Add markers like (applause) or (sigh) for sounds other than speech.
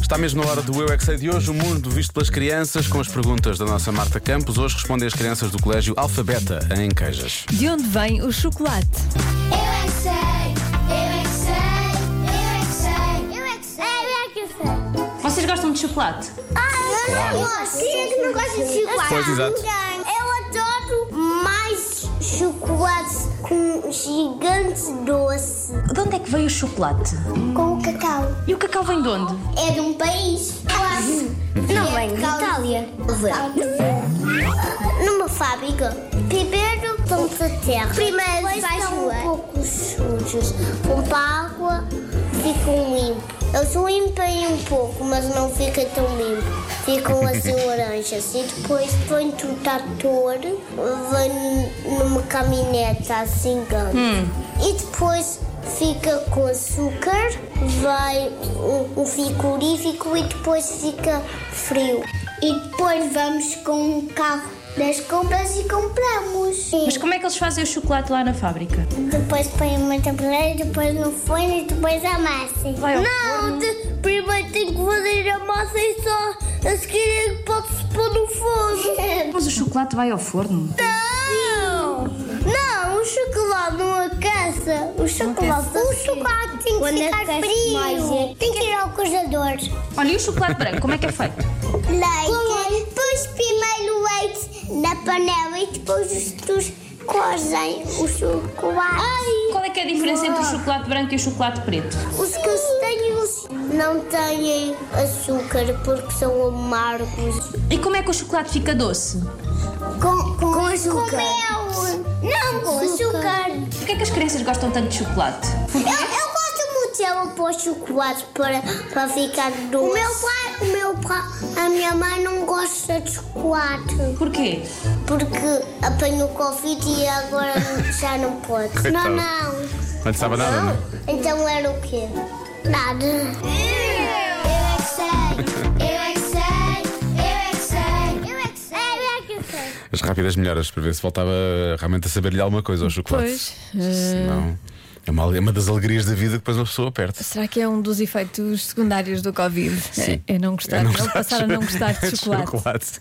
Está mesmo na hora do Eu é Que Sei de hoje, o mundo visto pelas crianças, com as perguntas da nossa Marta Campos. Hoje respondem as crianças do Colégio Alfabeta, em Queijas. De onde vem o chocolate? Eu é que sei, eu é que sei, eu é que sei, eu é que sei, eu é que sei, eu é que sei. Vocês gostam de chocolate? Ah, eu não gosto. Quem é que não gosta de chocolate? Pois, exato. Eu adoro mais chocolate com gigante doce. De onde é que veio o chocolate? Com o cacau. E o cacau vem de onde? É de um país. Não vem da Itália. Numa fábrica. Primeiro vão para a terra. Primeiro Depois vai são um pouco sujos. Vão para a água, ficam limpos. Eles limpem um pouco, mas não fica tão limpo. Ficam assim laranjas. E depois põe o trator, vem numa caminhoneta assim grande. E depois fica com açúcar, vai o, o frigorífico e depois fica frio. E depois vamos com o carro das compras e compramos. Mas como é que eles fazem o chocolate lá na fábrica? Depois põe uma temperatura, depois no forno e depois amassem. Vai ao Não, de- primeiro tem que fazer a massa e só a seguir é que pode-se pôr (laughs) no forno. Mas o chocolate vai ao forno? Não! Não, o chocolate não aquece. O chocolate, o chocolate tem que ficar frio. é Tem que ir ao congelador. Olha, e o chocolate branco, como é que é feito? Leite. Pôs primeiro o leite na panela e depois os teus cozem o chocolate. Qual é que é a diferença entre o chocolate branco e o chocolate preto? Os castanhos não têm açúcar porque são amargos. E como é que o chocolate fica doce? Com, com, açúcar. Não, com açúcar. Porquê é que as crianças gostam tanto de chocolate? Eu, eu gosto muito de ela pôr chocolate para, para ficar doce. O meu pai, o meu pai, a minha mãe não gosta de chocolate Porquê? porque apanhou Covid e agora já não pode. Coitado. Não, não. Não estava nada, não? Então era o quê? Nada. Eu é que sei, eu é que sei, eu é que sei, eu é que sei, eu é que sei. As rápidas melhoras, para ver se voltava realmente a saber-lhe alguma coisa ao chocolate. Pois, eh, Senão, é uma, ale- é uma das alegrias da vida que depois uma pessoa perde. Será que é um dos efeitos secundários do Covid? É, é não gostar, é É não (laughs) passar a não gostar de chocolate. chocolate.